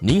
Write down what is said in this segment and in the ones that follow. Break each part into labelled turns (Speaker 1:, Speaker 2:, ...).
Speaker 1: 您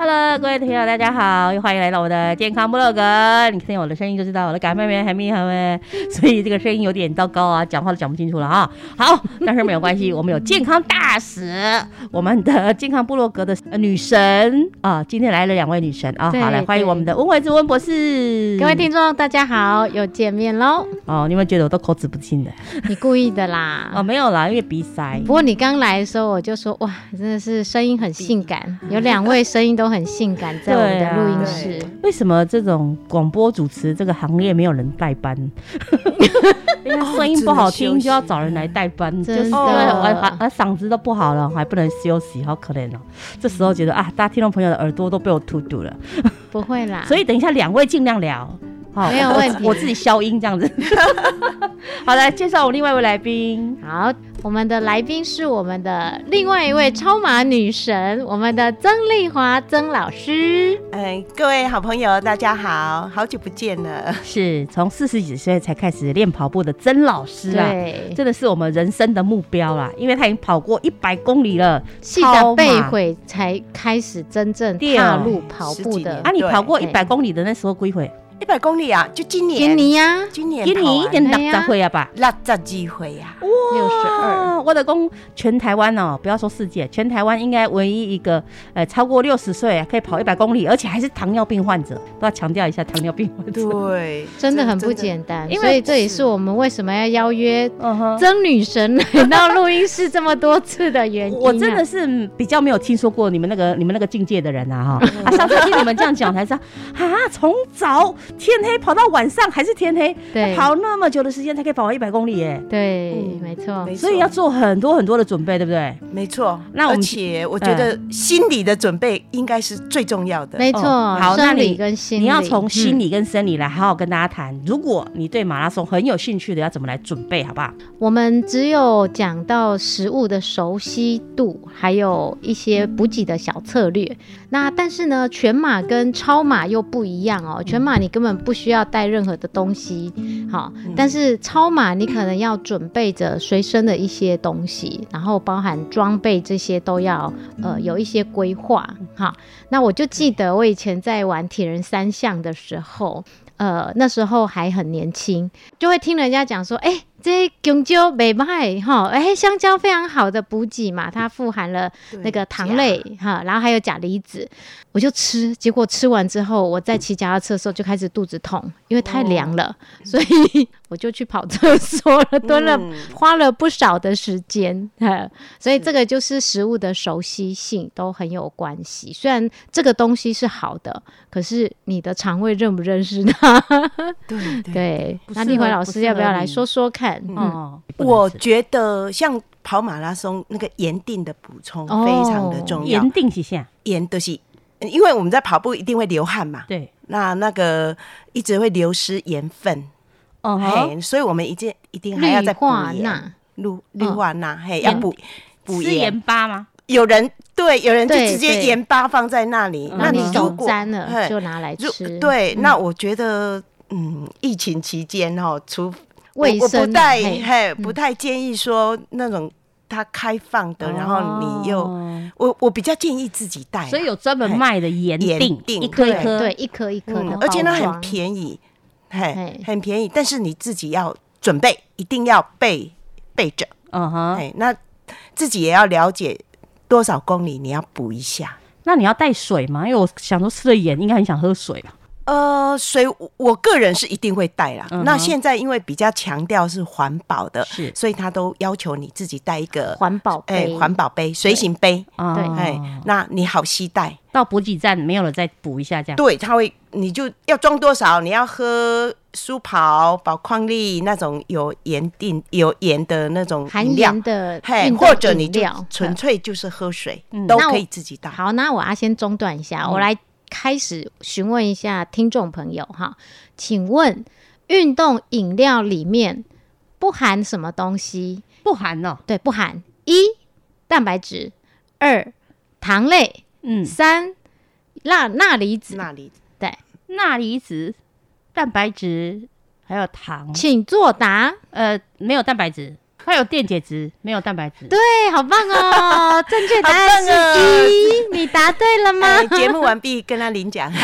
Speaker 2: Hello，各位朋友，大家好，又欢迎来到我的健康部落格。你听我的声音就知道我的感冒没还没还没，所以这个声音有 点糟糕啊，讲话都讲不清楚了啊。好，但是没有关系，我们有健康大使，我们的健康部落格的呃女神啊，今天来了两位女神啊，
Speaker 3: 对
Speaker 2: 好来欢迎我们的温慧芝温博士。
Speaker 3: 各位听众，大家好，又见面喽！
Speaker 2: 哦，你有没有觉得我都口齿不清的？
Speaker 3: 你故意的啦。
Speaker 2: 哦，没有啦，因为鼻塞。
Speaker 3: 不过你刚来的时候，我就说哇，真的是声音很性感，有两位声音都很性感，在我们的录音室。
Speaker 2: 啊为什么这种广播主持这个行业没有人代班？因为声音不好听就要找人来代班，就是
Speaker 3: 真
Speaker 2: 因
Speaker 3: 的
Speaker 2: 为我我嗓子都不好了，还不能休息，好可怜哦。这时候觉得啊，大家听众朋友的耳朵都被我突堵了，
Speaker 3: 不会啦，
Speaker 2: 所以等一下两位尽量聊。好
Speaker 3: 没有问题
Speaker 2: 我自己消音这样子。 好，来介绍我另外一位来宾，
Speaker 3: 好，我们的来宾是我们的另外一位超马女神，我们的曾丽华曾老师。
Speaker 4: 嗯，各位好朋友，大家好，好久不见了。
Speaker 2: 是从四十几岁才开始练跑步的曾老师啊，
Speaker 3: 对，
Speaker 2: 真的是我们人生的目标啦，因为他已经跑过一百公里了，
Speaker 3: 气
Speaker 2: 超
Speaker 3: 到背
Speaker 2: 马
Speaker 3: 悔才开始真正
Speaker 2: 对
Speaker 3: 踏入跑
Speaker 4: 十
Speaker 3: 步
Speaker 4: 几
Speaker 3: 的
Speaker 4: 年
Speaker 2: 啊，。你
Speaker 4: 对
Speaker 2: 跑过一
Speaker 3: 对
Speaker 2: 百公里的那时候几回？
Speaker 4: 一百公里啊，就今年，
Speaker 3: 今年呀，
Speaker 4: 今年，
Speaker 2: 今年已经
Speaker 3: 哎
Speaker 2: 六
Speaker 3: 呀
Speaker 2: 十岁了啊吧？
Speaker 4: 那这机会呀、啊，
Speaker 3: 六十二，
Speaker 2: 啊，我的公全台湾哦，不要说世界，全台湾应该唯一一个呃超过六十岁可以跑一百公里，而且还是糖尿病患者，都要强调一下糖尿病患者。
Speaker 4: 对，
Speaker 3: 真的
Speaker 4: 这
Speaker 3: 很不。简单，
Speaker 2: 因为
Speaker 3: 所以这也是我们为什么要邀约
Speaker 2: 嗯哼，
Speaker 3: 曾女神来到录音室这么多次的原因、啊。
Speaker 2: 我真的是比较没有听说过你们那个你们那个境界的人啊哈。啊，上次听你们这样讲才知道，啊，从早天黑跑到晚上还是天黑，
Speaker 3: 对
Speaker 2: 跑那么久的时间才可以跑完一百公里耶，
Speaker 3: 对，
Speaker 4: 嗯
Speaker 3: 没错，
Speaker 4: 没错
Speaker 2: 所以要做很多很多的准备，对不对？
Speaker 4: 没错，
Speaker 2: 那我们
Speaker 4: 而且我觉得心理的准备应该是最重要的。
Speaker 3: 没错，
Speaker 2: 哦好那
Speaker 3: 生
Speaker 2: 你
Speaker 3: 理跟心理，嗯
Speaker 2: 你要从心
Speaker 3: 理、
Speaker 2: 理跟生理来好好跟大家谈。如果你对马拉松很有兴趣的，要怎么来准备，好不好？
Speaker 3: 我们只有讲到食物的熟悉度，还有一些
Speaker 2: 嗯
Speaker 3: 补给的小策略。那但是呢，全马跟超马又不一样
Speaker 2: 嗯
Speaker 3: 哦。全马你根本不需要带任何的东西，好，
Speaker 2: 嗯
Speaker 3: 但是超马你可能要准备着随身的一些东西，然后包含装备这些都要呃有一些规划。好，那我就记得我以前在玩铁人三项的时候，呃，那时候还很年轻，就会听人家讲说，哎、这香蕉没卖哈，哎、香蕉非常好的补给嘛，它富含了那个糖类哈，然后还有钾离子，我就吃，结果吃完之后，我在骑脚踏车的时候就开始肚子痛，因为太凉了，所以 我就去跑厕所了，蹲了、
Speaker 4: 嗯
Speaker 3: 花了不少的时间，呵所以这个就是食物的熟悉性都很有关系。虽然这个东西是好的，可是你的肠胃认不认识它？
Speaker 4: 对对，
Speaker 3: 对
Speaker 2: 不，适合
Speaker 3: 那立辉老师要不要
Speaker 2: 不适合
Speaker 3: 来
Speaker 2: 你
Speaker 3: 说说看？嗯，
Speaker 2: 哦，
Speaker 4: 我觉得像跑马拉松那个盐定的补充
Speaker 3: 哦
Speaker 4: 非常的重要
Speaker 2: 严，定一下，
Speaker 4: 盐都、就是。因为我们在跑步一定会流汗嘛，
Speaker 2: 对，
Speaker 4: 那那个一直会流失盐分，
Speaker 2: 哦
Speaker 4: 嘿，所以我们一定一定还要再
Speaker 3: 氯
Speaker 4: 补
Speaker 3: 化
Speaker 4: 盐。
Speaker 3: 钠，
Speaker 4: 氯氯化钠，嘿，要补补
Speaker 2: 吃盐巴吗？
Speaker 4: 有人对，有人就
Speaker 3: 对
Speaker 4: 直接
Speaker 3: 对
Speaker 4: 盐巴放在那里。那
Speaker 3: 嗯
Speaker 4: 你
Speaker 3: 你
Speaker 4: 如
Speaker 3: 手
Speaker 4: 果
Speaker 3: 沾了
Speaker 4: 嘿
Speaker 3: 就拿来
Speaker 4: 如
Speaker 3: 吃
Speaker 4: 对，
Speaker 3: 嗯
Speaker 4: 那我觉得，嗯，疫情期间哈，除我
Speaker 3: 卫
Speaker 4: 我
Speaker 3: 生
Speaker 4: 不
Speaker 3: 啊
Speaker 4: 太
Speaker 3: 嘿
Speaker 4: 嘿，不太建议说那种它开放
Speaker 3: 哦
Speaker 5: 哦
Speaker 4: 的，然后你又我我比较建议自己带啦，
Speaker 2: 所以有专门卖的哎盐
Speaker 4: 盐
Speaker 2: 锭，
Speaker 4: 锭
Speaker 2: 一颗一颗，
Speaker 3: 对，一颗一颗的包
Speaker 4: 嗯
Speaker 3: 装，
Speaker 4: 而且它很便宜，嘿，很便宜，但是你自己要准备，一定要备备着，
Speaker 2: 嗯哼，
Speaker 4: 嘿，那自己也要了解多少公里你要补一下。
Speaker 2: 那你要带水吗？因为我想说吃了盐，应该很想喝水吧？
Speaker 4: 呃，所以我我个人是一定会带啦。
Speaker 2: 嗯哼
Speaker 4: 那现在因为比较强调是环保的
Speaker 2: 是，
Speaker 4: 所以他都要求你自己带一个
Speaker 3: 环保
Speaker 4: 哎
Speaker 3: 杯嗯
Speaker 4: 环保杯、随行杯，
Speaker 2: 啊
Speaker 3: 对
Speaker 4: 哎，那你好携带。
Speaker 2: 到补给站没有了再补一下这样。
Speaker 4: 对，他会，你就要装多少？你要喝舒跑、宝矿力那种有盐定有盐的那种
Speaker 3: 含
Speaker 4: 饮料
Speaker 3: 盐的
Speaker 4: 嘿，
Speaker 3: 运动
Speaker 4: 或者你
Speaker 3: 饮
Speaker 4: 就
Speaker 3: 料
Speaker 4: 纯粹就是喝水，
Speaker 2: 嗯
Speaker 4: 都
Speaker 3: 那
Speaker 4: 可
Speaker 3: 我
Speaker 4: 以自己带。
Speaker 3: 好，那我要先中断一下，
Speaker 4: 嗯
Speaker 3: 我来开始询问一下听众朋友哈，请问运动饮料里面不含什么东西？
Speaker 2: 不含哦，
Speaker 3: 对，不含一蛋白质，二糖类，
Speaker 2: 嗯，
Speaker 3: 三钠钠离子。
Speaker 4: 那里
Speaker 3: 对，
Speaker 2: 钠离子、蛋白质还有糖，
Speaker 3: 请 作答。
Speaker 2: 呃，没有蛋白质，它有电解质，没有蛋白质。
Speaker 3: 对，哎好棒哦！正确答案是
Speaker 4: 好棒哦
Speaker 3: 一，你答对了吗
Speaker 4: 哎？节目完毕，跟他领奖。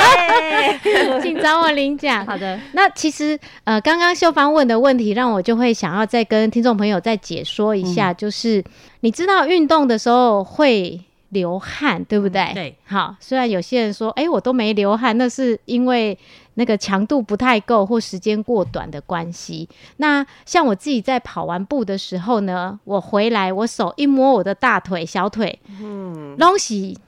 Speaker 3: 哎请找我领奖。
Speaker 2: 好的，
Speaker 3: 那其实呃，刚刚秀芳问的问题，让我就会想要再跟听众朋友再解说一
Speaker 2: 嗯
Speaker 3: 下，就是你知道运动的时候会流汗，对不对？
Speaker 2: 对。
Speaker 3: 好，虽然有些人说，哎、我都没流汗，那是因为那个强度不太够或时间过短的关系。那像我自己在跑完步的时候呢，我回来，我手一摸我的大腿、小腿，嗯，东西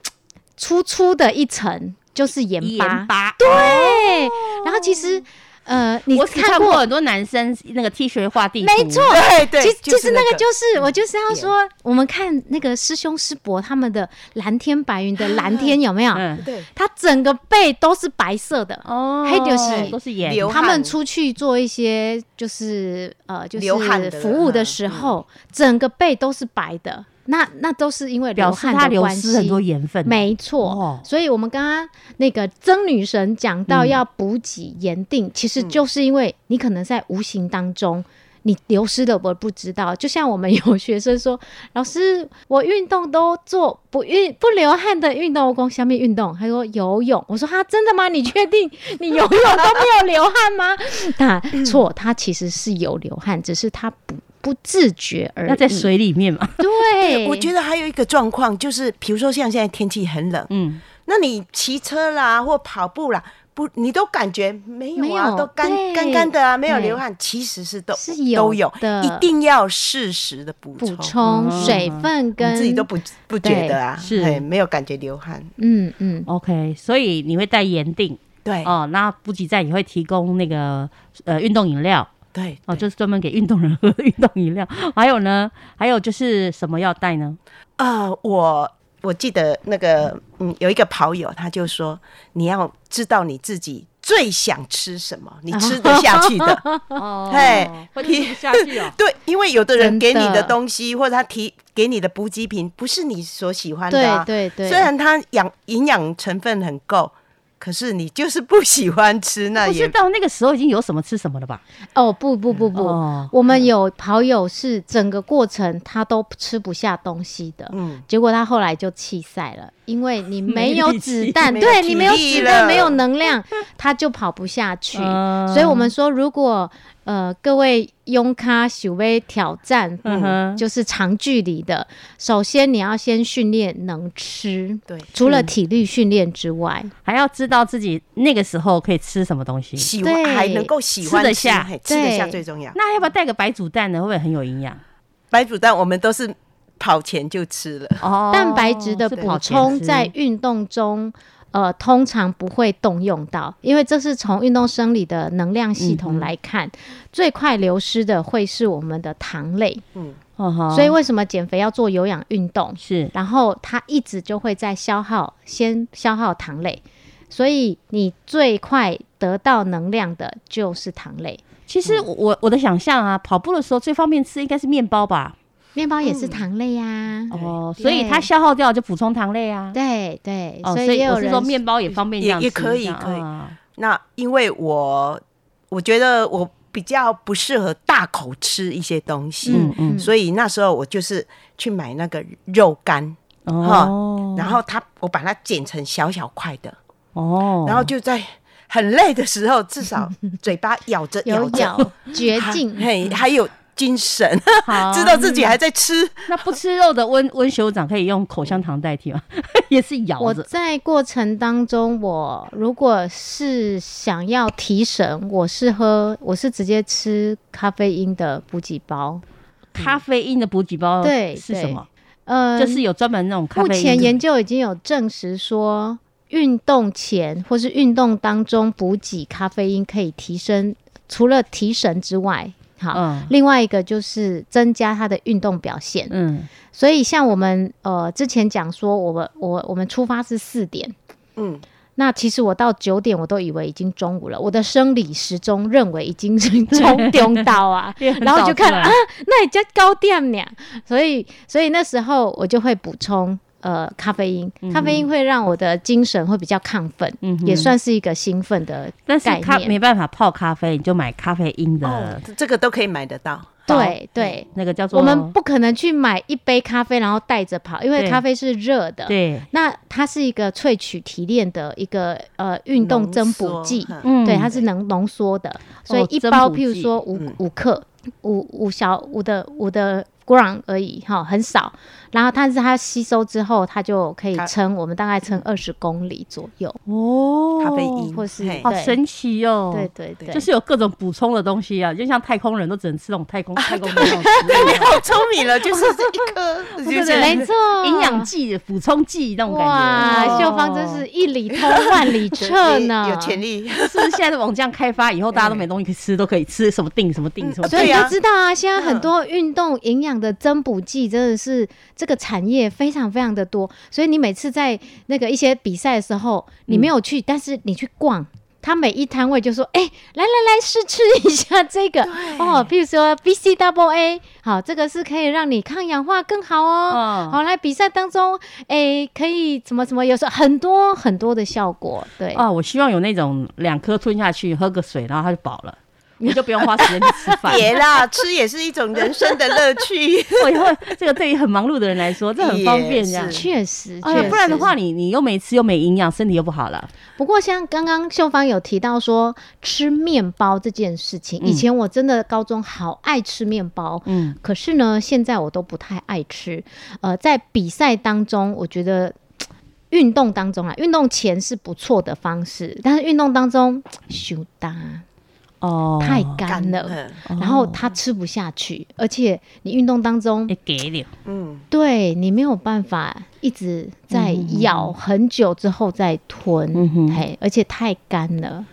Speaker 3: 粗粗的一层就是盐巴，
Speaker 2: 盐巴，哦
Speaker 3: 对，然后其实呃，你
Speaker 2: 我只看过
Speaker 3: 过
Speaker 2: 很多男生那个 T 恤画地图，
Speaker 3: 没错，
Speaker 4: 对对，
Speaker 3: 其实
Speaker 4: 就
Speaker 3: 其
Speaker 4: 是
Speaker 3: 实
Speaker 4: 那
Speaker 3: 那
Speaker 4: 个
Speaker 3: 个就是我就是要说，我们看那个师兄师伯他们的蓝天白云的蓝天有没有？
Speaker 2: 嗯，
Speaker 4: 对，
Speaker 3: 他整个背都是白色的。
Speaker 2: 哦
Speaker 3: 黑就是
Speaker 2: 都是盐，
Speaker 4: 流
Speaker 3: 他
Speaker 4: 汗
Speaker 3: 们出去做一些就是呃就
Speaker 4: 流汗的嗯
Speaker 3: 是服务的时候，整个背都是白的。那那都是因为流
Speaker 2: 表示
Speaker 3: 汗
Speaker 2: 它
Speaker 3: 的
Speaker 2: 流
Speaker 3: 关系
Speaker 2: 失很多盐分。
Speaker 3: 没错，
Speaker 2: 哦
Speaker 3: 所以我们刚刚那个曾女神讲到
Speaker 2: 嗯
Speaker 3: 要补给盐定，其实就是因为你可能在无形当中。你流失的我不知道，就像我们有学生说，老师，我运动都做不运不流汗的运动，我讲下面运动，他说游泳，我说哈、真的吗？你确定 你游泳都没有流汗吗？ 那错，他其实是有流汗，只是他不不自觉而已。
Speaker 2: 那在水里面嘛，
Speaker 3: 对，
Speaker 4: 我觉得还有一个状况就是，比如说像现在天气很冷，
Speaker 2: 嗯，
Speaker 4: 那你骑车啦或跑步啦，不，你都感觉没有啊，
Speaker 3: 没有
Speaker 4: 都干
Speaker 3: 对
Speaker 4: 干干的啊，没有
Speaker 3: 对
Speaker 4: 流汗，其实是都
Speaker 3: 是
Speaker 4: 都
Speaker 3: 有
Speaker 4: 有
Speaker 3: 的
Speaker 4: 一定要适时的补
Speaker 3: 补
Speaker 4: 充。
Speaker 3: 充
Speaker 2: 嗯
Speaker 3: 水分
Speaker 4: 你
Speaker 3: 跟
Speaker 4: 啊自己都不不觉得啊，
Speaker 2: 对是
Speaker 4: 嘿没有感觉流汗，
Speaker 3: 嗯嗯
Speaker 2: OK，所以你会带盐锭
Speaker 4: 对
Speaker 2: 哦，那补给站也会提供那个呃运动饮料
Speaker 4: 对
Speaker 2: 哦，就是专门给运动人喝的运动饮料。 还有呢，还有就是什么要带呢？
Speaker 4: 呃，我我记得那个嗯，有一个跑友他就说，你要知道你自己最想吃什么，你吃得下去的，
Speaker 2: 哦
Speaker 4: 嘿，
Speaker 2: 会
Speaker 4: 提。
Speaker 2: 吃下去哦
Speaker 4: 对，因为有的人
Speaker 3: 真的
Speaker 4: 给你的东西或者他提给你的补给品不是你所喜欢的、啊，
Speaker 3: 对对对
Speaker 4: 虽然它养营养成分很够，可是你就是不喜欢吃，那
Speaker 2: 不是
Speaker 4: 也
Speaker 2: 到那个时候已经有什么吃什么了吧？
Speaker 3: 哦不不不不，
Speaker 4: 嗯
Speaker 2: 哦
Speaker 3: 我们有跑友是整个过程他都吃不下东西的，
Speaker 4: 嗯，
Speaker 3: 结果他后来就弃赛了，因为你没
Speaker 2: 没
Speaker 3: 有
Speaker 2: 力
Speaker 3: 子
Speaker 2: 气
Speaker 3: 弹，
Speaker 4: 没有
Speaker 3: 对
Speaker 4: 体
Speaker 3: 你没有
Speaker 4: 力
Speaker 3: 子弹，
Speaker 4: 了
Speaker 3: 没有能量，他就跑不下 去。
Speaker 2: 嗯
Speaker 3: 所以我们说，如果呃各位用咖想要挑战，
Speaker 2: 嗯哼，
Speaker 3: 就是长距离的，首先你要先训练能吃，
Speaker 4: 对嗯
Speaker 3: 除了体力训练之外，
Speaker 2: 还要知道自己那个时候可以吃什么东西。
Speaker 4: 喜欢
Speaker 3: 对
Speaker 4: 还能够喜欢
Speaker 2: 吃得下
Speaker 4: 嘿吃得下
Speaker 3: 对
Speaker 4: 最重要。
Speaker 2: 那要不要带个白煮蛋呢？会不会很有营养？
Speaker 4: 白煮蛋我们都是跑前就吃了，
Speaker 2: 哦
Speaker 3: 蛋白质的补充在运动中，呃，通常不会动用到，因为这是从运动生理的能量系
Speaker 2: 嗯
Speaker 3: 统
Speaker 2: 哼
Speaker 3: 来看，最快流失的会是我们的糖类。
Speaker 4: 嗯，
Speaker 2: 所
Speaker 3: 所以为什么减肥要做有氧运动？
Speaker 2: 是
Speaker 3: 然后它一直就会在消耗，先消耗糖类，所以你最快得到能量的就是糖类。
Speaker 2: 其实我我我的想象啊，跑步的时候最方便吃应该是面包吧。
Speaker 3: 面包也是糖类呀，
Speaker 2: 嗯哦，所以它消耗掉就补充糖类啊。
Speaker 3: 对对，
Speaker 2: 哦，所
Speaker 3: 以
Speaker 2: 我
Speaker 3: 是
Speaker 2: 说面包也方便这
Speaker 4: 也
Speaker 2: 样
Speaker 4: 也
Speaker 2: 吃
Speaker 4: 可以
Speaker 2: 这样
Speaker 4: 可以
Speaker 2: 啊。
Speaker 4: 那因为我我觉得我比较不适合大口吃一些东西，
Speaker 2: 嗯嗯
Speaker 4: 所以那时候我就是去买那个肉干，哈
Speaker 2: 哦，
Speaker 4: 然后它我把它剪成小小块的，
Speaker 2: 哦，
Speaker 4: 然后就在很累的时候，至 少嘴巴咬着
Speaker 3: 有
Speaker 4: 着
Speaker 3: 咬绝境哦
Speaker 4: 还嘿，还有精神，
Speaker 2: 好
Speaker 4: 知道自己还在吃。
Speaker 2: 那不吃肉的温温修长可以用口香糖代替吗？ 也是咬
Speaker 3: 我
Speaker 2: 着。
Speaker 3: 在过程当中，我如果是想要提神，我是喝，我是直接吃咖啡因的补给包。
Speaker 2: 咖啡因的补给包
Speaker 3: 对
Speaker 2: 是什么？
Speaker 3: 呃，
Speaker 2: 就是有专门那种咖
Speaker 3: 目
Speaker 2: 啡因
Speaker 3: 前
Speaker 2: 的
Speaker 3: 研究已经有证实说，运动前或是运动当中补给咖啡因可以提升，除了提神之外，好，
Speaker 2: 嗯
Speaker 3: 另外一个就是增加他的运动表现。
Speaker 2: 嗯，
Speaker 3: 所以像我们呃之前讲说，我们我我们出发是四点，
Speaker 4: 嗯，
Speaker 3: 那其实我到九点，我都以为已经中午了，我的生理时钟认为已经是 中中到啊
Speaker 2: 也，很
Speaker 3: 然后就
Speaker 2: 早
Speaker 3: 看
Speaker 2: 出来
Speaker 3: 啊，那也叫高点呢，所以所以那时候我就会补充。呃，咖啡因，咖啡因会让我的精神会比较亢奋，
Speaker 2: 嗯哼
Speaker 3: 也算是一个兴奋的
Speaker 2: 但是
Speaker 3: 概
Speaker 2: 咖没
Speaker 3: 念。
Speaker 2: 办法泡咖啡，你就买咖啡因
Speaker 3: 哦
Speaker 2: 的
Speaker 4: 嗯这这个都可以买得到。
Speaker 3: 对对，
Speaker 2: 那个叫做
Speaker 3: 我们不可能去买一杯咖啡然后带着跑，因为
Speaker 2: 对
Speaker 3: 咖啡是热的。
Speaker 2: 对，
Speaker 3: 那它是一个萃取提炼的一个呃运动增补剂
Speaker 4: 浓缩，
Speaker 2: 嗯哦
Speaker 3: 对，它是能浓缩的，所以一
Speaker 2: 增
Speaker 3: 包
Speaker 2: 补
Speaker 3: 譬如
Speaker 2: 剂
Speaker 3: 说五
Speaker 4: 嗯
Speaker 3: 五克，五五小五的五的 gram 而已哈，很少。然后但是它吸收之后，它就可以
Speaker 4: 它
Speaker 3: 撑我们大概撑二十公里左右，
Speaker 2: 哦
Speaker 4: 咖啡因
Speaker 3: 或是
Speaker 4: 嘿
Speaker 2: 好
Speaker 3: 对
Speaker 2: 神奇哦。
Speaker 3: 对。对对，
Speaker 2: 就是有各种补充的东西啊，就像太空人都只能吃那种太
Speaker 3: 啊
Speaker 2: 空太空的那种
Speaker 4: 你
Speaker 2: 食物啊
Speaker 4: 好 聪明了， 就是这一颗，就
Speaker 2: 对
Speaker 3: 没
Speaker 4: 是
Speaker 3: 错，
Speaker 2: 营养剂、补充剂那种感觉。
Speaker 3: 哇，
Speaker 2: 哦
Speaker 3: 秀芳真是一里通万 里啊彻呢，
Speaker 4: 有潜力。
Speaker 2: 是不是现在的网站开发以后，大家都没东西可以吃，都可以吃什么定什么定
Speaker 4: 嗯
Speaker 2: 什么定？
Speaker 3: 所
Speaker 4: 对
Speaker 3: 以你
Speaker 4: 啊
Speaker 3: 就知道啊，现在很多
Speaker 2: 嗯
Speaker 3: 运动营养的增补剂真的是这个产业非常非常的多，所以你每次在那个一些比赛的时候，你没有
Speaker 2: 嗯
Speaker 3: 去，但是你去逛。他每一摊位就说：“哎、来来来，试吃一下这个哦，比如说 B C Double A，好，这个是可以让你抗氧化更好哦。
Speaker 2: 嗯
Speaker 3: 好，来比赛当中，哎、可以怎么怎么，有时候很多很多的效果，对，
Speaker 2: 哦，我希望有那种两颗吞下去，喝个水，然后它就饱了，你就不用花时间去吃饭。
Speaker 4: 别 啦，吃也是一种人生的乐趣。
Speaker 2: 我以后这个对于很忙碌的人来说，这很方便这样
Speaker 4: 也是。
Speaker 3: 确实，
Speaker 2: 哎呀
Speaker 3: 确
Speaker 2: 不然的
Speaker 3: 实
Speaker 2: 话你，你又没吃又没营养，身体又不好了。
Speaker 3: 不过，像刚刚秀芳有提到说吃面包这件事情，
Speaker 2: 嗯
Speaker 3: 以前我真的高中好爱吃面包，
Speaker 2: 嗯，
Speaker 3: 可是呢，现在我都不太爱吃。呃，在比赛当中，我觉得运动当中啊，运动前是不错的方式，但是运动当中羞答
Speaker 2: 哦，
Speaker 3: 太干了，然后它吃不下去，而且你运动当中
Speaker 2: 也给了，
Speaker 4: 嗯，
Speaker 3: 对你没有办法一直在咬很久之后再吞，
Speaker 2: 嗯哼
Speaker 3: 嘿，而且太干了。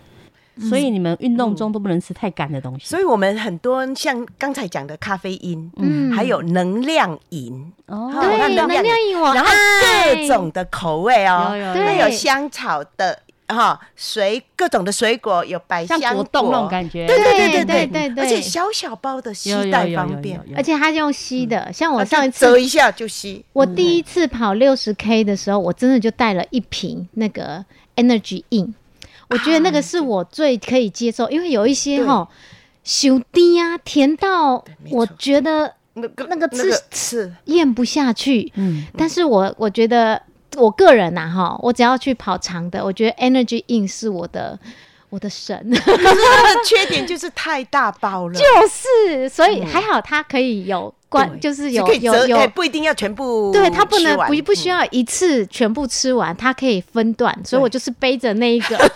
Speaker 2: 所以你们运动中都不能吃太干的东西。
Speaker 4: 嗯所以我们很多像刚才讲的咖啡因，
Speaker 3: 嗯
Speaker 4: 还有能量饮，
Speaker 2: 哦
Speaker 4: 好那
Speaker 3: 对，能
Speaker 4: 能量
Speaker 3: 量饮我
Speaker 4: 然后
Speaker 3: 爱
Speaker 4: 各种的口味
Speaker 2: 有
Speaker 4: 哦，
Speaker 2: 有
Speaker 3: 对
Speaker 4: 那有香草的哈、水各种的水果，有百
Speaker 2: 像
Speaker 4: 香
Speaker 2: 果冻那种感觉，
Speaker 4: 对
Speaker 3: 对
Speaker 4: 对
Speaker 3: 对
Speaker 4: 对
Speaker 3: 对对，
Speaker 4: 而且小小包的
Speaker 2: 有
Speaker 4: 携带方，
Speaker 2: 有
Speaker 4: 便
Speaker 2: 有，有有有
Speaker 3: 而且它是用吸的，像我
Speaker 4: 啊
Speaker 3: 上一
Speaker 4: 就折
Speaker 3: 次，
Speaker 4: 一下就吸。
Speaker 3: 我第一次跑六十 K 的时候，我真的就带了一瓶那个 Energy In，我觉得那个是我最可以接受，因为有一些
Speaker 4: 啊对
Speaker 3: 哈。咻低啊，甜到
Speaker 4: 没错
Speaker 3: 我觉得
Speaker 4: 那个
Speaker 3: 那个吃
Speaker 4: 吃，
Speaker 3: 咽不下去，
Speaker 2: 嗯，
Speaker 3: 但是我我觉得我个人呐、哈，我只要去跑长的，我觉得 Energy In 是我的我的神，
Speaker 4: 可是它的缺点就是太大包了，
Speaker 3: 就是 所以还好它可以有关，
Speaker 4: 哦嗯对
Speaker 3: 就是
Speaker 4: 是
Speaker 3: 有
Speaker 4: 可以
Speaker 3: 有
Speaker 4: 折，哎
Speaker 3: 有。
Speaker 4: 不一定要全部吃
Speaker 3: 对
Speaker 4: 完，
Speaker 3: 它不能不不需
Speaker 4: 嗯
Speaker 3: 要一次全部吃完，它可以分段，所以我就是背着那一 个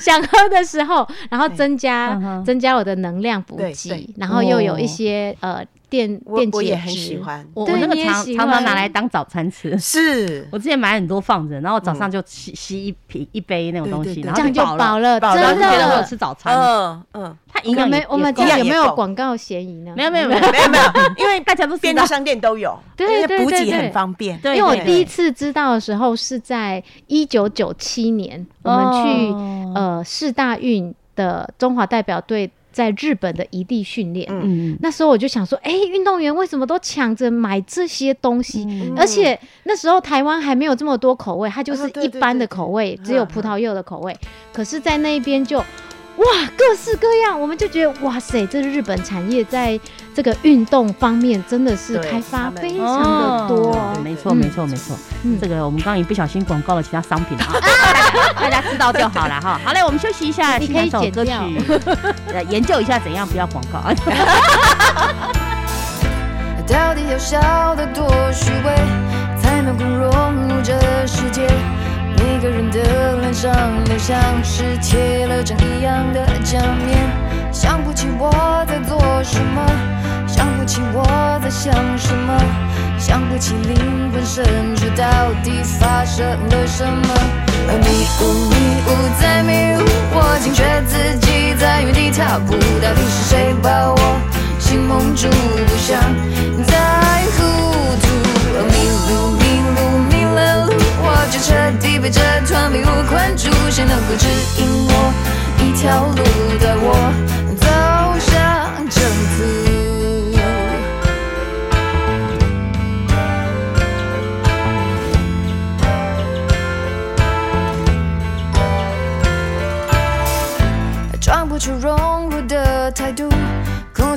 Speaker 3: 想喝的时候，然后增
Speaker 2: 嗯
Speaker 3: 加
Speaker 2: 哼
Speaker 3: 增加我的能量补
Speaker 4: 对
Speaker 3: 给
Speaker 4: 对，
Speaker 3: 然后又有
Speaker 2: 哦
Speaker 3: 一些呃电
Speaker 4: 我
Speaker 3: 电
Speaker 4: 我
Speaker 3: 解
Speaker 4: 也很喜
Speaker 3: 质，
Speaker 4: 欢，
Speaker 2: 我
Speaker 3: 对
Speaker 2: 我那个
Speaker 3: 你也
Speaker 2: 常
Speaker 3: 喜
Speaker 2: 常常拿
Speaker 3: 欢
Speaker 2: 来当早餐吃。
Speaker 4: 是
Speaker 2: 我之前买很多放着，然后早上就吸、吸一瓶一杯那种东西，
Speaker 4: 对对对
Speaker 2: 然
Speaker 3: 这
Speaker 2: 后
Speaker 3: 样就
Speaker 2: 饱了，
Speaker 3: 了，
Speaker 4: 饱了
Speaker 2: 然后
Speaker 3: 真
Speaker 2: 就觉得我有
Speaker 3: 的。
Speaker 2: 吃早餐，
Speaker 4: 嗯嗯，
Speaker 2: 它营养
Speaker 3: 我
Speaker 2: 也
Speaker 3: 们我们
Speaker 2: 也
Speaker 3: 这
Speaker 2: 够
Speaker 4: 一样
Speaker 3: 样有
Speaker 4: 也
Speaker 3: 没有
Speaker 4: 够
Speaker 3: 广告嫌疑呢？
Speaker 2: 没有没 有没有，
Speaker 4: 没有 没有，因为
Speaker 2: 大家都知
Speaker 4: 便
Speaker 2: 道
Speaker 4: 利，商店都有，
Speaker 3: 对
Speaker 4: 因为
Speaker 3: 对
Speaker 4: 补
Speaker 3: 对
Speaker 4: 给
Speaker 3: 对
Speaker 4: 很方便。
Speaker 2: 对
Speaker 3: 因为我
Speaker 2: 对
Speaker 3: 第
Speaker 2: 对
Speaker 3: 一次知道的时候是在一九九七年，我们去、
Speaker 2: 哦
Speaker 3: 呃市大运的中华代表队在日本的一地训练。嗯，那时候我就想说，哎、运动员为什么都抢着买这些东
Speaker 2: 嗯
Speaker 3: 西？而且那时候台湾还没有这么多口味，它就是一般的口味，只有葡萄柚的口味。可是，在那一边就哇，各式各样，我们就觉得哇塞，这日本产业在这个运动方面真的是
Speaker 2: 对
Speaker 3: 开发非常的多。
Speaker 2: 哦没错，没错，没错。这个我们刚刚也不小心广告了其他商品啊，大家知道就好了哈。好嘞，我们休息一下，
Speaker 3: 你
Speaker 2: 欣
Speaker 3: 可以
Speaker 2: 赏首歌曲
Speaker 3: 剪，
Speaker 2: 呃研究一下怎样不要广告。
Speaker 6: 到底要笑得多虚伪，才能够融入这世界？每个人的脸上都像是贴了张一样的假面，想不起我在做什么，想不起我在想什么，想不起灵魂深处到底发生了什么。而迷雾，迷雾在迷雾，我惊觉自己在原地踏步，到底是谁把我？心蒙住，不想再糊涂。迷路，迷路，迷了路，我就彻底被这团迷雾困住。谁能够指引我一条路，带我走向征途？装不出融入的态度，空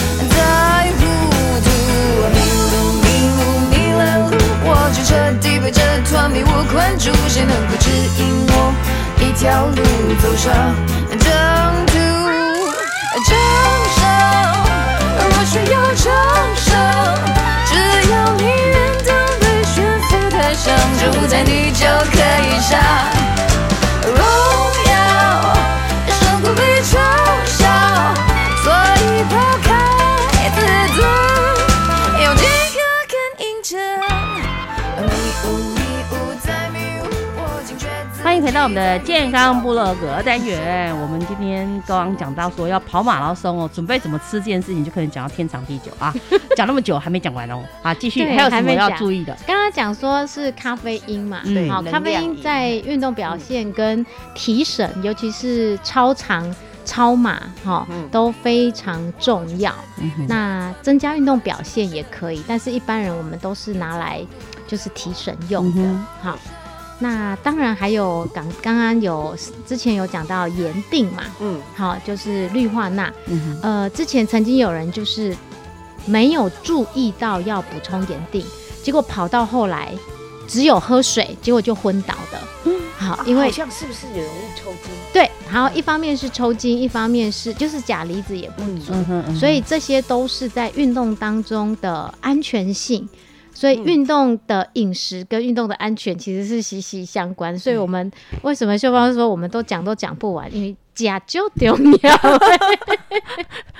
Speaker 6: 再糊涂。迷路，迷路，迷了路，我就彻底被这团迷雾困住。谁能够指引我一条路，走上征途？承受，我需要承受。只要你愿当被悬浮台上，就在你就可以上荣耀。胜过被嘲笑，所以抛开自尊，用饥渴跟迎着迷雾，迷雾在迷雾，我惊觉自己
Speaker 2: 欢迎回到我们的健康部落格单元。我们今天刚刚讲到说要跑马拉松哦，准备怎么吃这件事情，就可能讲到天长地久啊。讲那么久还没讲完哦，啊，继续
Speaker 3: 对
Speaker 2: 还有什
Speaker 3: 还
Speaker 2: 么
Speaker 3: 没
Speaker 2: 要
Speaker 3: 讲
Speaker 2: 注意的？
Speaker 3: 刚刚讲说是咖啡因嘛，
Speaker 2: 嗯
Speaker 3: 好，
Speaker 2: 对
Speaker 3: 咖啡
Speaker 2: 能量
Speaker 3: 因在运动表现跟提神，
Speaker 2: 嗯
Speaker 3: 尤其是超长、超马，哈、
Speaker 2: 嗯
Speaker 3: 都非常重要。那增加运动表现也可以，但是一般人我们都是拿来就是提神用的。
Speaker 2: 嗯
Speaker 3: 好，那当然还有刚刚刚有之前有讲到盐定嘛，
Speaker 4: 嗯，
Speaker 3: 好，就是氯化钠。
Speaker 2: 嗯
Speaker 3: 呃，之前曾经有人就是没有注意到要补充盐定，结果跑到后来只有喝水，结果就昏倒的。嗯，好，因为
Speaker 4: 好像是不是有人抽筋？
Speaker 3: 对，然后一方面是抽筋，一方面是就是钾离子也不足，
Speaker 4: 嗯哼嗯哼
Speaker 3: 所以这些都是在运动当中的安全性。所
Speaker 4: 嗯
Speaker 3: 以运动的饮食跟运动的安全其实是息息相关。所以
Speaker 4: 嗯
Speaker 3: 我们为什么秀芳说我们都讲都讲不完，因为钾就丢尿。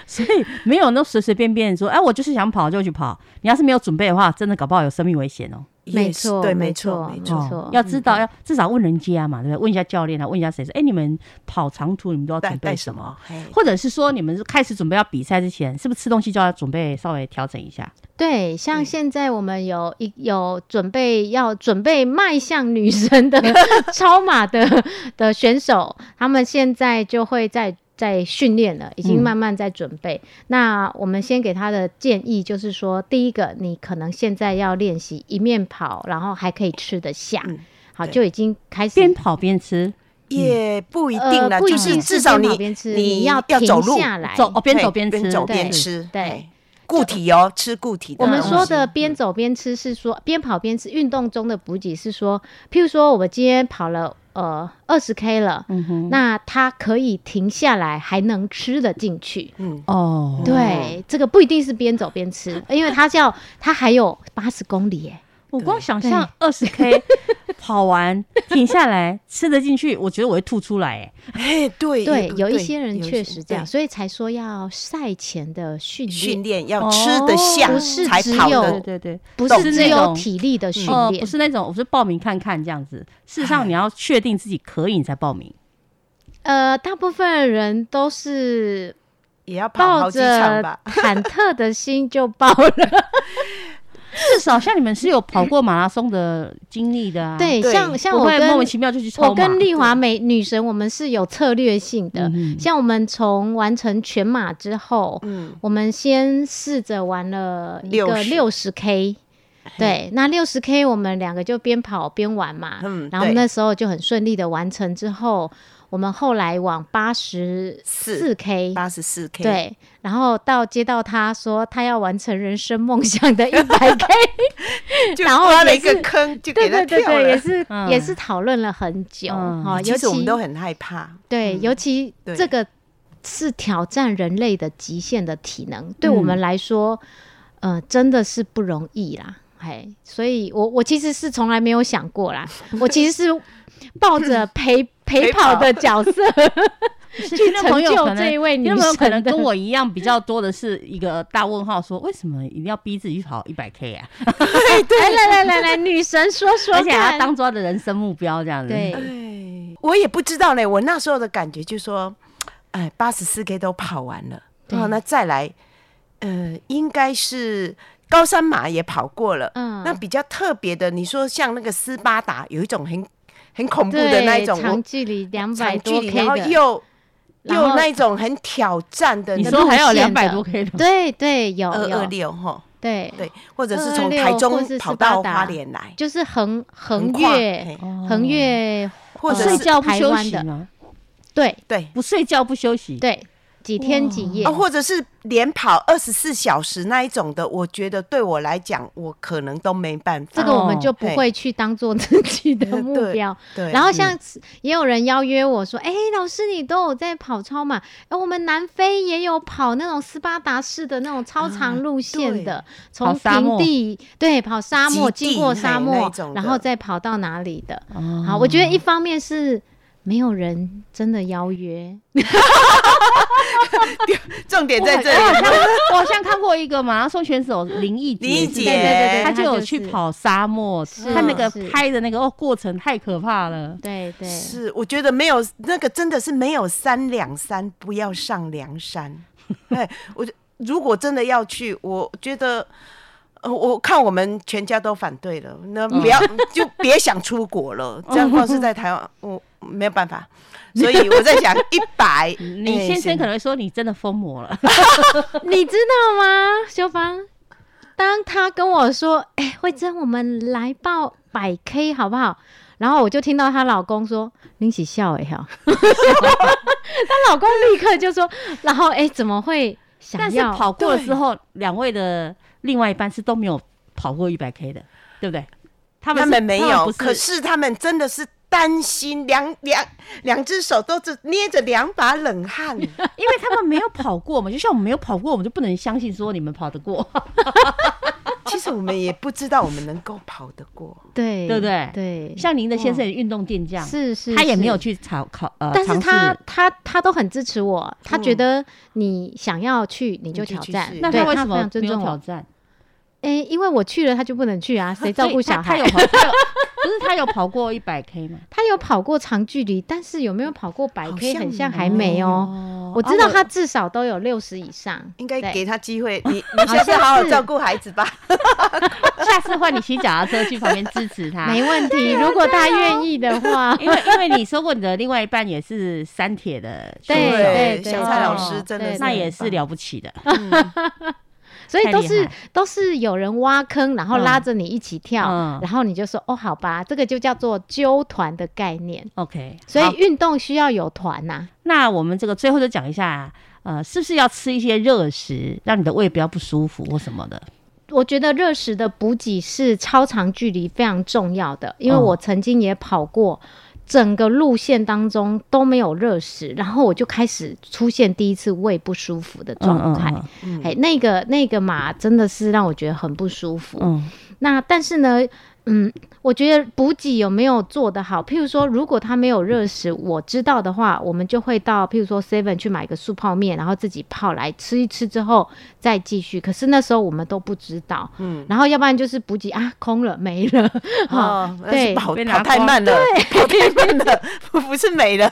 Speaker 2: 所以啊没哦有那随随便便说，哎，我就是想跑就去跑。你要是没有准备的话，真的搞不好有生命危险哦。
Speaker 3: 没错
Speaker 4: 对，
Speaker 3: 没
Speaker 4: 没错，没错，
Speaker 2: 哦要知道要至少问人家嘛，对不对？问一下教练啊，问一下谁说，哎，你们跑长途你们都要准备什么？或者是说你们是开始准备要比赛之前，是不是吃东西就要准备稍微调整一下？
Speaker 3: 对，像现在我们有一有准备要准备迈向女神的 超马的的选手，他们现在就会在在训练了，已经
Speaker 7: 嗯
Speaker 3: 慢慢在准备。那我们先给他的建议就是说，第一个，你可能现在要练习一面跑，然后还可以吃得下，好，
Speaker 4: 嗯对
Speaker 3: 就已经开始
Speaker 2: 边跑边吃。
Speaker 4: 也不一定啦，
Speaker 3: 呃不一
Speaker 4: 就
Speaker 3: 定
Speaker 4: 是
Speaker 3: 是
Speaker 4: 至少
Speaker 3: 边跑
Speaker 4: 你
Speaker 3: 边吃
Speaker 4: 你
Speaker 3: 你要
Speaker 4: 要
Speaker 3: 停
Speaker 4: 走路
Speaker 3: 下来走哦边
Speaker 4: 对
Speaker 3: 走边
Speaker 4: 边
Speaker 3: 吃
Speaker 4: 走
Speaker 3: 对
Speaker 4: 边吃，
Speaker 3: 对，
Speaker 4: 固体哦，吃固体的
Speaker 3: 我
Speaker 4: 东西。嗯
Speaker 3: 们说的边走边吃是说边跑边吃，运动中的补给是说，譬如说我今天跑了呃二十 K 了，
Speaker 4: 嗯
Speaker 3: 那它可以停下来还能吃得进去。
Speaker 4: 嗯，
Speaker 2: 哦，
Speaker 3: 对，这个不一定是边走边吃，因为它叫它还有八十公里耶。
Speaker 2: 我光想象二十 K 跑完停下来吃得进去，我觉得我会吐出来。欸
Speaker 4: 哎，对
Speaker 3: 对
Speaker 4: 也，
Speaker 3: 有一
Speaker 4: 对
Speaker 3: 些人
Speaker 4: 有一
Speaker 3: 确
Speaker 4: 些
Speaker 3: 实这样，
Speaker 4: 对
Speaker 3: 所以才说要赛前的训练，哦
Speaker 4: 训练要吃得下
Speaker 3: 不是
Speaker 4: 才
Speaker 3: 只
Speaker 4: 跑得
Speaker 3: 有
Speaker 4: 动对对对
Speaker 3: 哦不
Speaker 2: 不
Speaker 3: 是只有体力
Speaker 4: 嗯
Speaker 3: 的训
Speaker 2: 哦
Speaker 3: 练
Speaker 2: 不，是那种我是报名看看这样子。事实上，你要确定自己可以，你才报 名。
Speaker 3: 呃，大部分人都是
Speaker 4: 也要跑
Speaker 3: 抱
Speaker 4: 好几
Speaker 3: 着。
Speaker 4: 场吧
Speaker 3: 忐忑的心就报了。
Speaker 2: 至少像你们是有跑过马拉松的经历的啊。
Speaker 3: 对，像像
Speaker 2: 不
Speaker 3: 我
Speaker 2: 会
Speaker 3: 跟
Speaker 2: 莫名其妙就去抽
Speaker 3: 我
Speaker 2: 马
Speaker 3: 跟丽华美女神，我们是有策略性的。
Speaker 2: 嗯
Speaker 3: 像我们从完成全马之后，
Speaker 4: 嗯
Speaker 3: 我们先试着玩了一个
Speaker 4: 60
Speaker 3: 六十 K。对，那六十 K 我们两个就边跑边玩嘛，
Speaker 4: 嗯
Speaker 3: 然后
Speaker 4: 对
Speaker 3: 那时候就很顺利的完成之后，我们后来往八十四 K，
Speaker 4: 八十四 K，
Speaker 3: 对，然后到接到他说他要完成人生梦想的一百 K，
Speaker 4: 就
Speaker 3: 然后
Speaker 4: 挖了
Speaker 3: 也
Speaker 4: 一个
Speaker 3: 是
Speaker 4: 坑就
Speaker 3: 对
Speaker 4: 给
Speaker 3: 对
Speaker 4: 他
Speaker 3: 对
Speaker 4: 跳
Speaker 3: 对，
Speaker 4: 了，
Speaker 3: 也是、也是讨论了很久
Speaker 4: 嗯
Speaker 3: 哈、
Speaker 4: 其
Speaker 3: 尤其
Speaker 4: 实我们都很害怕，
Speaker 3: 对，尤其
Speaker 4: 对
Speaker 3: 这个是挑战人类的极限的体能，对我们来说，呃，真的是不容易啦。嘿，所以我我其实是从来没有想过啦，我其实是 抱着陪陪跑的角色
Speaker 2: 是
Speaker 3: 去
Speaker 2: 听众
Speaker 3: 成
Speaker 2: 朋友
Speaker 3: 就
Speaker 2: 可能，
Speaker 3: 这一位女
Speaker 2: 听众朋友可能
Speaker 3: 神的
Speaker 2: 跟 我一样比较多的是一个大问号说，为什么一定要逼自己跑一百 K 啊？
Speaker 3: 来来来来来，女神说说
Speaker 2: 而且还
Speaker 3: 看
Speaker 2: 要当做她的人生目标这样子。
Speaker 3: 啊对，
Speaker 4: 哎我也不知道嘞。我那时候的感觉就说，哎，八十四 K 都跑完了，
Speaker 3: 对
Speaker 4: 哦，那再来，呃，应该是高山马也跑过了。
Speaker 3: 嗯
Speaker 4: 那比较特别的，你说像那个斯巴达，有一种很很恐怖的
Speaker 3: 对
Speaker 4: 那一种
Speaker 3: 长
Speaker 4: 我
Speaker 3: 距离两百
Speaker 4: 长距
Speaker 3: 多
Speaker 4: 离，
Speaker 3: K
Speaker 4: 然后
Speaker 3: 的，
Speaker 4: 又
Speaker 3: 然
Speaker 4: 又
Speaker 3: 后
Speaker 4: 那一种很挑战的
Speaker 2: 你
Speaker 4: 那
Speaker 2: 说
Speaker 4: 种
Speaker 2: 还有
Speaker 3: 路线
Speaker 2: 两百
Speaker 3: 的
Speaker 2: 多 K 的，
Speaker 3: 对对有
Speaker 4: 二二
Speaker 3: 有
Speaker 4: 六哈，
Speaker 3: 对
Speaker 4: 对，或者是
Speaker 3: 226
Speaker 4: 从台
Speaker 3: 或
Speaker 4: 中
Speaker 3: 是
Speaker 4: 跑
Speaker 3: 斯巴
Speaker 4: 到
Speaker 3: 达
Speaker 4: 花莲来，
Speaker 3: 就是横横
Speaker 4: 横跨
Speaker 3: 越
Speaker 4: 嘿
Speaker 3: 横越
Speaker 2: 哦
Speaker 4: 或者
Speaker 3: 呃
Speaker 2: 睡
Speaker 4: 是
Speaker 2: 觉不
Speaker 3: 台
Speaker 2: 休
Speaker 3: 湾
Speaker 2: 息
Speaker 3: 的，
Speaker 2: 吗？
Speaker 3: 对
Speaker 4: 对
Speaker 2: 不睡觉不休息。
Speaker 3: 对，几天几夜
Speaker 2: 哦
Speaker 4: 啊，，或者是连跑二十四小时那一种的，我觉得对我来讲，我可能都没办法。
Speaker 3: 这个我们就
Speaker 4: 哦
Speaker 3: 不
Speaker 4: 嘿呃
Speaker 3: 会去当做 自己的目
Speaker 4: 对
Speaker 3: 标。
Speaker 4: 对嗯
Speaker 3: 然后像也有人邀约我说：“哎、老师，你都有在跑超马？哎，我们南非也有跑那种斯巴达式的那种
Speaker 4: 啊
Speaker 3: 超长路线的，从
Speaker 2: 跑沙
Speaker 3: 平
Speaker 2: 漠
Speaker 3: 地对跑沙漠，
Speaker 4: 极
Speaker 3: 经过
Speaker 4: 地
Speaker 3: 沙
Speaker 4: 嘿那
Speaker 3: 漠
Speaker 4: 一种，的
Speaker 3: 然后再跑到哪里的。
Speaker 2: 哦
Speaker 3: 好，我觉得一方面是没有人真的邀约，
Speaker 4: 嗯重点
Speaker 2: 我
Speaker 4: 在
Speaker 2: 好
Speaker 4: 这里，
Speaker 2: 我 好像我好像看过一个马拉松选手林毅
Speaker 4: 林毅
Speaker 2: 姐，
Speaker 4: 姐对对对
Speaker 2: 她就
Speaker 3: 她
Speaker 2: 有
Speaker 3: 就是
Speaker 2: 去跑沙漠，
Speaker 3: 是
Speaker 2: 她那个
Speaker 3: 是
Speaker 2: 拍的那个哦过程太可怕了。
Speaker 3: 对对，
Speaker 4: 是我觉得没有那个真的是没有三两三，不要上梁山。哎，我就如果真的要去，我觉得。呃，我看我们全家都反对了，那不要、就别想出国了。这样光是在台湾，我没有办法，所以我在想一百，
Speaker 2: 你
Speaker 4: 哎
Speaker 2: 先生
Speaker 4: 行
Speaker 2: 可能会说你真的疯魔了，
Speaker 3: 你知道吗，修芳？当他跟我说：“哎、慧珍，我们来报百 K 好不好？”然后我就听到她老公说：“林喜笑哎 哈。”她老公立刻就说：“然后哎、怎么会 想
Speaker 2: 但是
Speaker 3: 要
Speaker 2: 跑过了之后，两位的另外一半是都没有跑过一百 K 的，对不对？他们
Speaker 4: 他
Speaker 2: 是
Speaker 4: 们没
Speaker 2: 他
Speaker 4: 有，
Speaker 2: 不
Speaker 4: 可是他们真的是担心，两两两只手都只捏着两把冷 汗。
Speaker 2: 因为他们没有跑过嘛，就像我们没有跑过，我们就不能相信说你们跑得 过，
Speaker 4: 其实我们也不知道我们能够跑得过，
Speaker 3: 对
Speaker 2: 对不对？
Speaker 3: 对，
Speaker 2: 像您的先生也运动健将，
Speaker 3: 哦是是，
Speaker 2: 他也没有
Speaker 3: 是
Speaker 2: 去考考呃，
Speaker 3: 但是
Speaker 2: 尝试
Speaker 3: 他他他都很支持我，他觉
Speaker 4: 嗯
Speaker 3: 得你想要去你就
Speaker 4: 就
Speaker 3: 挑
Speaker 4: 去
Speaker 3: 战
Speaker 4: 试，
Speaker 2: 那
Speaker 3: 对
Speaker 2: 他为
Speaker 3: 他
Speaker 2: 什
Speaker 3: 非
Speaker 2: 么
Speaker 3: 常尊
Speaker 2: 没有
Speaker 3: 重
Speaker 2: 挑
Speaker 3: 我。
Speaker 2: 战？
Speaker 3: 哎，因为我去了，他就不能去 啊，谁照顾小孩？
Speaker 2: 所以他他有跑，他有不是他有跑过一百 K 吗？
Speaker 3: 他有跑过长距离，但是有没有跑过百
Speaker 4: 好
Speaker 3: K
Speaker 4: 像
Speaker 3: 很像
Speaker 4: 没
Speaker 3: 还没哦。
Speaker 2: 哦
Speaker 3: 我知道他至少都有六十以上，
Speaker 4: 应该
Speaker 3: 对
Speaker 4: 给他机 会。你你下次好好照顾孩子吧。
Speaker 2: 下次换你骑脚踏车去旁边支持他。，
Speaker 3: 没问题。如果他愿意的话
Speaker 2: 因为因为你说过你的另外一半也是三铁的选手，
Speaker 3: 对对对
Speaker 4: 小蔡老
Speaker 2: 对
Speaker 4: 师真的
Speaker 3: 对
Speaker 4: 是
Speaker 2: 那也是
Speaker 4: 很棒。
Speaker 2: 了不起的。
Speaker 3: 所以都
Speaker 2: 太厉
Speaker 3: 是
Speaker 2: 害
Speaker 3: 都是有人挖坑，然后
Speaker 2: 嗯
Speaker 3: 拉着你一起跳，
Speaker 2: 嗯
Speaker 3: 然后你就说哦，好吧，这个就叫做揪团的概念。
Speaker 2: OK，
Speaker 3: 所
Speaker 2: 好
Speaker 3: 以运动需要有团呐、
Speaker 2: 那我们这个最后就讲一下，呃，是不是要吃一些热食，让你的胃不要不舒服或什么的？
Speaker 3: 我觉得热食的补给是超长距离非常重要的，因为
Speaker 2: 嗯
Speaker 3: 我曾经也跑过，整个路线当中都没有热食，然后我就开始出现第一次胃不舒服的状态。
Speaker 2: 嗯
Speaker 3: 哎、那个那个马真的是让我觉得很不舒服。
Speaker 2: 嗯
Speaker 3: 那但是呢，嗯，我觉得补给有没有做得好？譬如说，如果他没有热食，我知道的话，我们就会到譬如说 Seven 去买个速泡面，然后自己泡来吃一吃之后再继续。可是那时候我们都不知道，
Speaker 4: 嗯，
Speaker 3: 然后要不然就是补给啊空了没了，
Speaker 4: 哦
Speaker 3: 哈
Speaker 4: 那是
Speaker 3: 对，
Speaker 4: 跑跑太慢了， 跑太慢了，不是没了，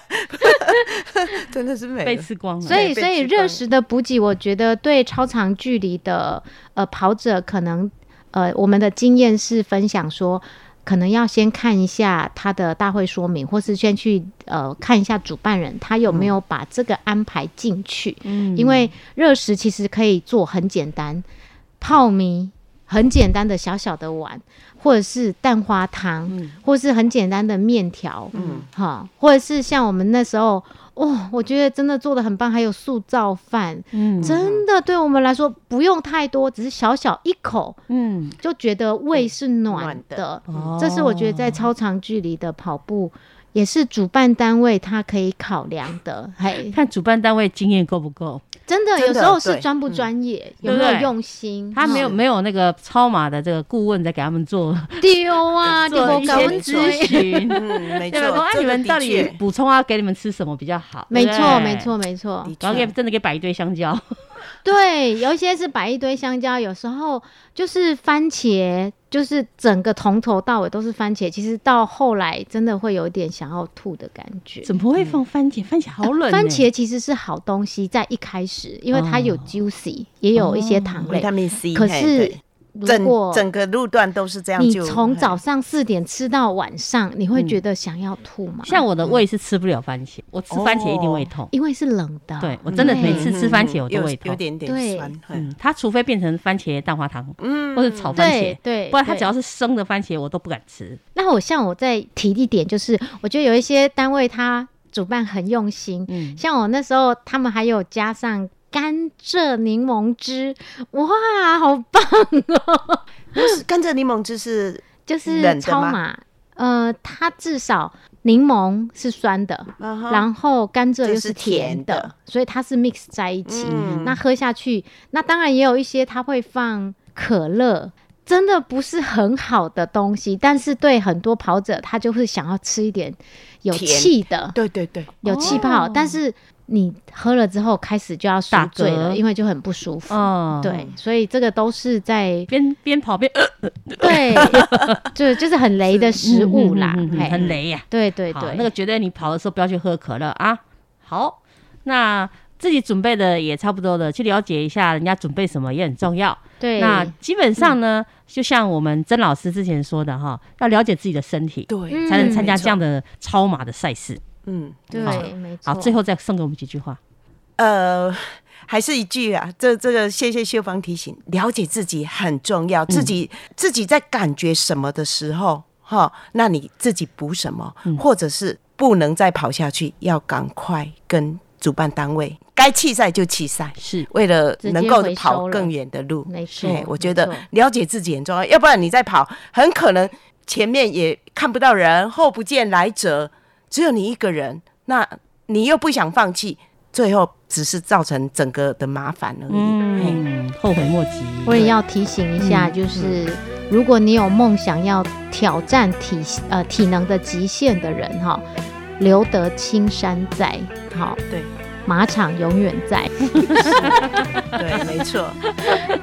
Speaker 4: 真的是没了
Speaker 2: 被吃光了
Speaker 3: 所以，
Speaker 4: 对被
Speaker 3: 所以
Speaker 4: 吃光
Speaker 3: 热食的补给，我觉得对超长距离的呃跑者，可能呃我们的经验是分享说，可能要先看一下他的大会说明，或是先去呃看一下主办人他有没有把这个安排进去。
Speaker 2: 嗯
Speaker 3: 因为热食其实可以做很简单，泡米很简单的小小的碗，或者是蛋花汤，或是很简单的面条，
Speaker 4: 嗯，
Speaker 3: 哈，或者是像我们那时候，哦，我觉得真的做的很棒，还有素造饭，
Speaker 2: 嗯
Speaker 3: 真的对我们来说不用太多，只是小小一口，
Speaker 2: 嗯，
Speaker 3: 就觉得胃是暖的，
Speaker 2: 哦
Speaker 3: 这是我觉得在超长距离的跑步。也是主办单位他可以考量的，嘿，
Speaker 2: 看主办单位经验够不够，
Speaker 3: 真的，
Speaker 4: 真的
Speaker 3: 有时候是
Speaker 4: 对
Speaker 3: 专不专业，
Speaker 2: 嗯
Speaker 3: 有没
Speaker 2: 对不
Speaker 3: 有
Speaker 2: 对
Speaker 3: 用心？ 嗯
Speaker 2: 他没有没有那个超马的这个顾问在给他们做
Speaker 3: 丢啊，你
Speaker 2: 做
Speaker 3: 不
Speaker 2: 一
Speaker 3: 搞
Speaker 2: 些
Speaker 3: 温
Speaker 2: 咨询，
Speaker 4: 嗯，没
Speaker 2: 对吧？说
Speaker 4: 错，
Speaker 2: 啊，
Speaker 4: 这
Speaker 2: 你
Speaker 4: 个
Speaker 2: 们到
Speaker 4: 的
Speaker 2: 底
Speaker 4: 确，
Speaker 2: 补充啊，给你们吃什么比较好？
Speaker 3: 没
Speaker 2: 对不
Speaker 3: 错，
Speaker 2: 对
Speaker 3: 没错，。没错，
Speaker 4: 的
Speaker 2: 然后给
Speaker 4: 确
Speaker 2: 真的给摆一堆香蕉，
Speaker 3: 对，有一些是摆一堆香蕉，有时候就是番茄，就是整个从头到尾都是番茄。其实到后来真的会有一点想要吐的感觉。啊
Speaker 2: 怎么会放番茄？番茄好冷欸。
Speaker 3: 番茄其实是好东西，在一开始，因为它有
Speaker 2: 哦
Speaker 3: juicy，、也有一些糖
Speaker 4: 维
Speaker 3: 类。
Speaker 4: 他命 C，
Speaker 3: 可
Speaker 4: 嘿
Speaker 3: 是
Speaker 4: 对
Speaker 3: 如果
Speaker 4: 整整个路段都是这样
Speaker 3: 你
Speaker 4: 就，
Speaker 3: 从
Speaker 4: 嘿
Speaker 3: 早上四点吃到晚上，你会
Speaker 2: 嗯
Speaker 3: 觉得想要吐吗？
Speaker 2: 像我的胃是吃不了番茄，我吃番茄一定胃痛。
Speaker 3: 因为是冷的，
Speaker 2: 对我真的每次
Speaker 4: 嗯
Speaker 2: 吃番茄
Speaker 4: 嗯
Speaker 2: 我都
Speaker 4: 有
Speaker 2: 胃痛
Speaker 4: 有点点
Speaker 3: 对
Speaker 4: 酸，嘿
Speaker 2: 嗯，它除非变成番茄蛋花汤
Speaker 4: 嗯
Speaker 2: 或者炒番茄
Speaker 3: 对，对，
Speaker 2: 不然它只
Speaker 3: 对
Speaker 2: 要是生的番茄我都不敢吃。
Speaker 3: 那我像我再提一点，就是我觉得有一些单位他主办很用心，
Speaker 2: 嗯，
Speaker 3: 像我那时候他们还有加上甘蔗柠檬汁，哇，好棒哦！
Speaker 4: 不是甘蔗柠檬汁是
Speaker 3: 就是
Speaker 4: 冷的
Speaker 3: 超
Speaker 4: 吗
Speaker 3: 马，呃，它至少柠檬是酸的，
Speaker 4: 嗯哼
Speaker 3: 然后甘蔗
Speaker 4: 这
Speaker 3: 又
Speaker 4: 是
Speaker 3: 是甜
Speaker 4: 甜
Speaker 3: 的，
Speaker 4: 的
Speaker 3: 所以它是 mix 在一起。
Speaker 4: 嗯
Speaker 3: 那喝下去，那当然也有一些它会放可乐，真的不是很好的东西，但是对很多跑者，他就会想要吃一点有
Speaker 4: 甜
Speaker 3: 气的，
Speaker 4: 对对对，
Speaker 3: 有气泡，
Speaker 4: 哦
Speaker 3: 但是你喝了之后开始就要宿
Speaker 2: 打
Speaker 3: 醉
Speaker 2: 嗝
Speaker 3: 了，因为就很不舒服。
Speaker 2: 哦，
Speaker 3: 嗯对，所以这个都 是在
Speaker 2: 边边跑边呃
Speaker 3: 对，就就是很雷的食物啦，
Speaker 2: 嗯嗯嗯嗯
Speaker 3: 嘿
Speaker 2: 很。雷呀。
Speaker 3: 对对
Speaker 2: 好
Speaker 3: 对，
Speaker 2: 那个绝对你跑的时候不要去喝可乐啊。好，那自己准备的也差不多了，去了解一下人家准备什么也很重要。
Speaker 3: 对，嗯
Speaker 2: 那基本上呢，就像我们曾老师之前说的哈，要了解自己的身体，
Speaker 4: 对，
Speaker 2: 才能
Speaker 3: 嗯
Speaker 2: 参加这样
Speaker 4: 的，
Speaker 2: 的超马的赛事。
Speaker 4: 嗯，
Speaker 2: 好
Speaker 3: 对，没错。
Speaker 2: 好，最后再送给我们几句话。
Speaker 4: 呃，还是一句啊，这这个谢谢秀芳提醒，了解自己很重要，
Speaker 2: 嗯
Speaker 4: 自己、自己在感觉什么的时候，哈，那你自己补什么，
Speaker 2: 嗯
Speaker 4: 或者是不能再跑下去，要赶快跟主办单位该弃赛就弃赛。
Speaker 2: 是，
Speaker 4: 为了
Speaker 3: 直接
Speaker 4: 能够
Speaker 3: 回收
Speaker 4: 跑
Speaker 3: 了
Speaker 4: 更远的路，
Speaker 3: 没错
Speaker 4: 对，我觉
Speaker 3: 哦
Speaker 4: 得
Speaker 3: 没错
Speaker 4: 了解自己很重要，要不然你在跑，很可能前面也看不到人，后不见来者，只有你一个人，那你又不想放弃，最后只是造成整个的麻烦而已。嗯，
Speaker 2: 嗯，后悔莫及。
Speaker 3: 我也要提醒一下，
Speaker 2: 嗯
Speaker 3: 就是如果你有梦想要挑战体呃体能的极限的人哈，留得青山在，好，
Speaker 4: 对
Speaker 3: 马场永远 在，
Speaker 4: 对，没 错，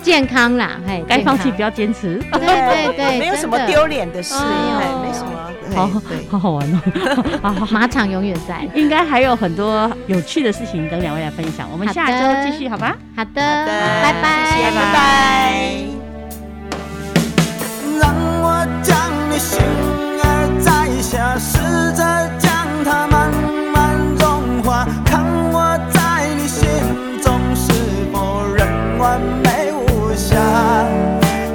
Speaker 3: 健康啦，嘿，
Speaker 2: 该放弃
Speaker 3: 健
Speaker 2: 不要坚持。
Speaker 3: 康对对 对，
Speaker 4: 没有什么
Speaker 3: 真的
Speaker 4: 丢脸的事，
Speaker 3: 没
Speaker 4: 哎
Speaker 3: 有
Speaker 4: 没什么，
Speaker 2: 好
Speaker 4: 哎对。
Speaker 2: 好好玩哦。
Speaker 3: 马场永远在。
Speaker 2: 应该还有很多有趣的事情等两位来分享。我们
Speaker 3: 好
Speaker 2: 下
Speaker 3: 的
Speaker 2: 周继续，好吧？
Speaker 3: 好的，
Speaker 4: 的
Speaker 3: 拜拜，
Speaker 4: 谢谢拜拜。
Speaker 7: 让我将你心儿摘下，试着将它慢慢融化，看我在你心中是否仍完美无瑕，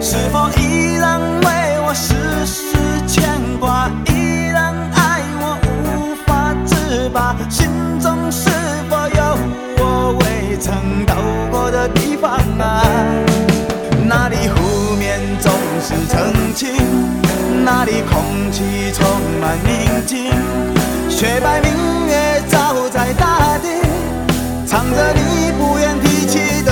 Speaker 7: 是否依然为我时时牵挂，依然爱我无法自拔，心中是否有我未曾到过的地方啊？那里湖面总是澄清，那里空气充满宁静，雪白明月照在大地，藏着你不愿提起的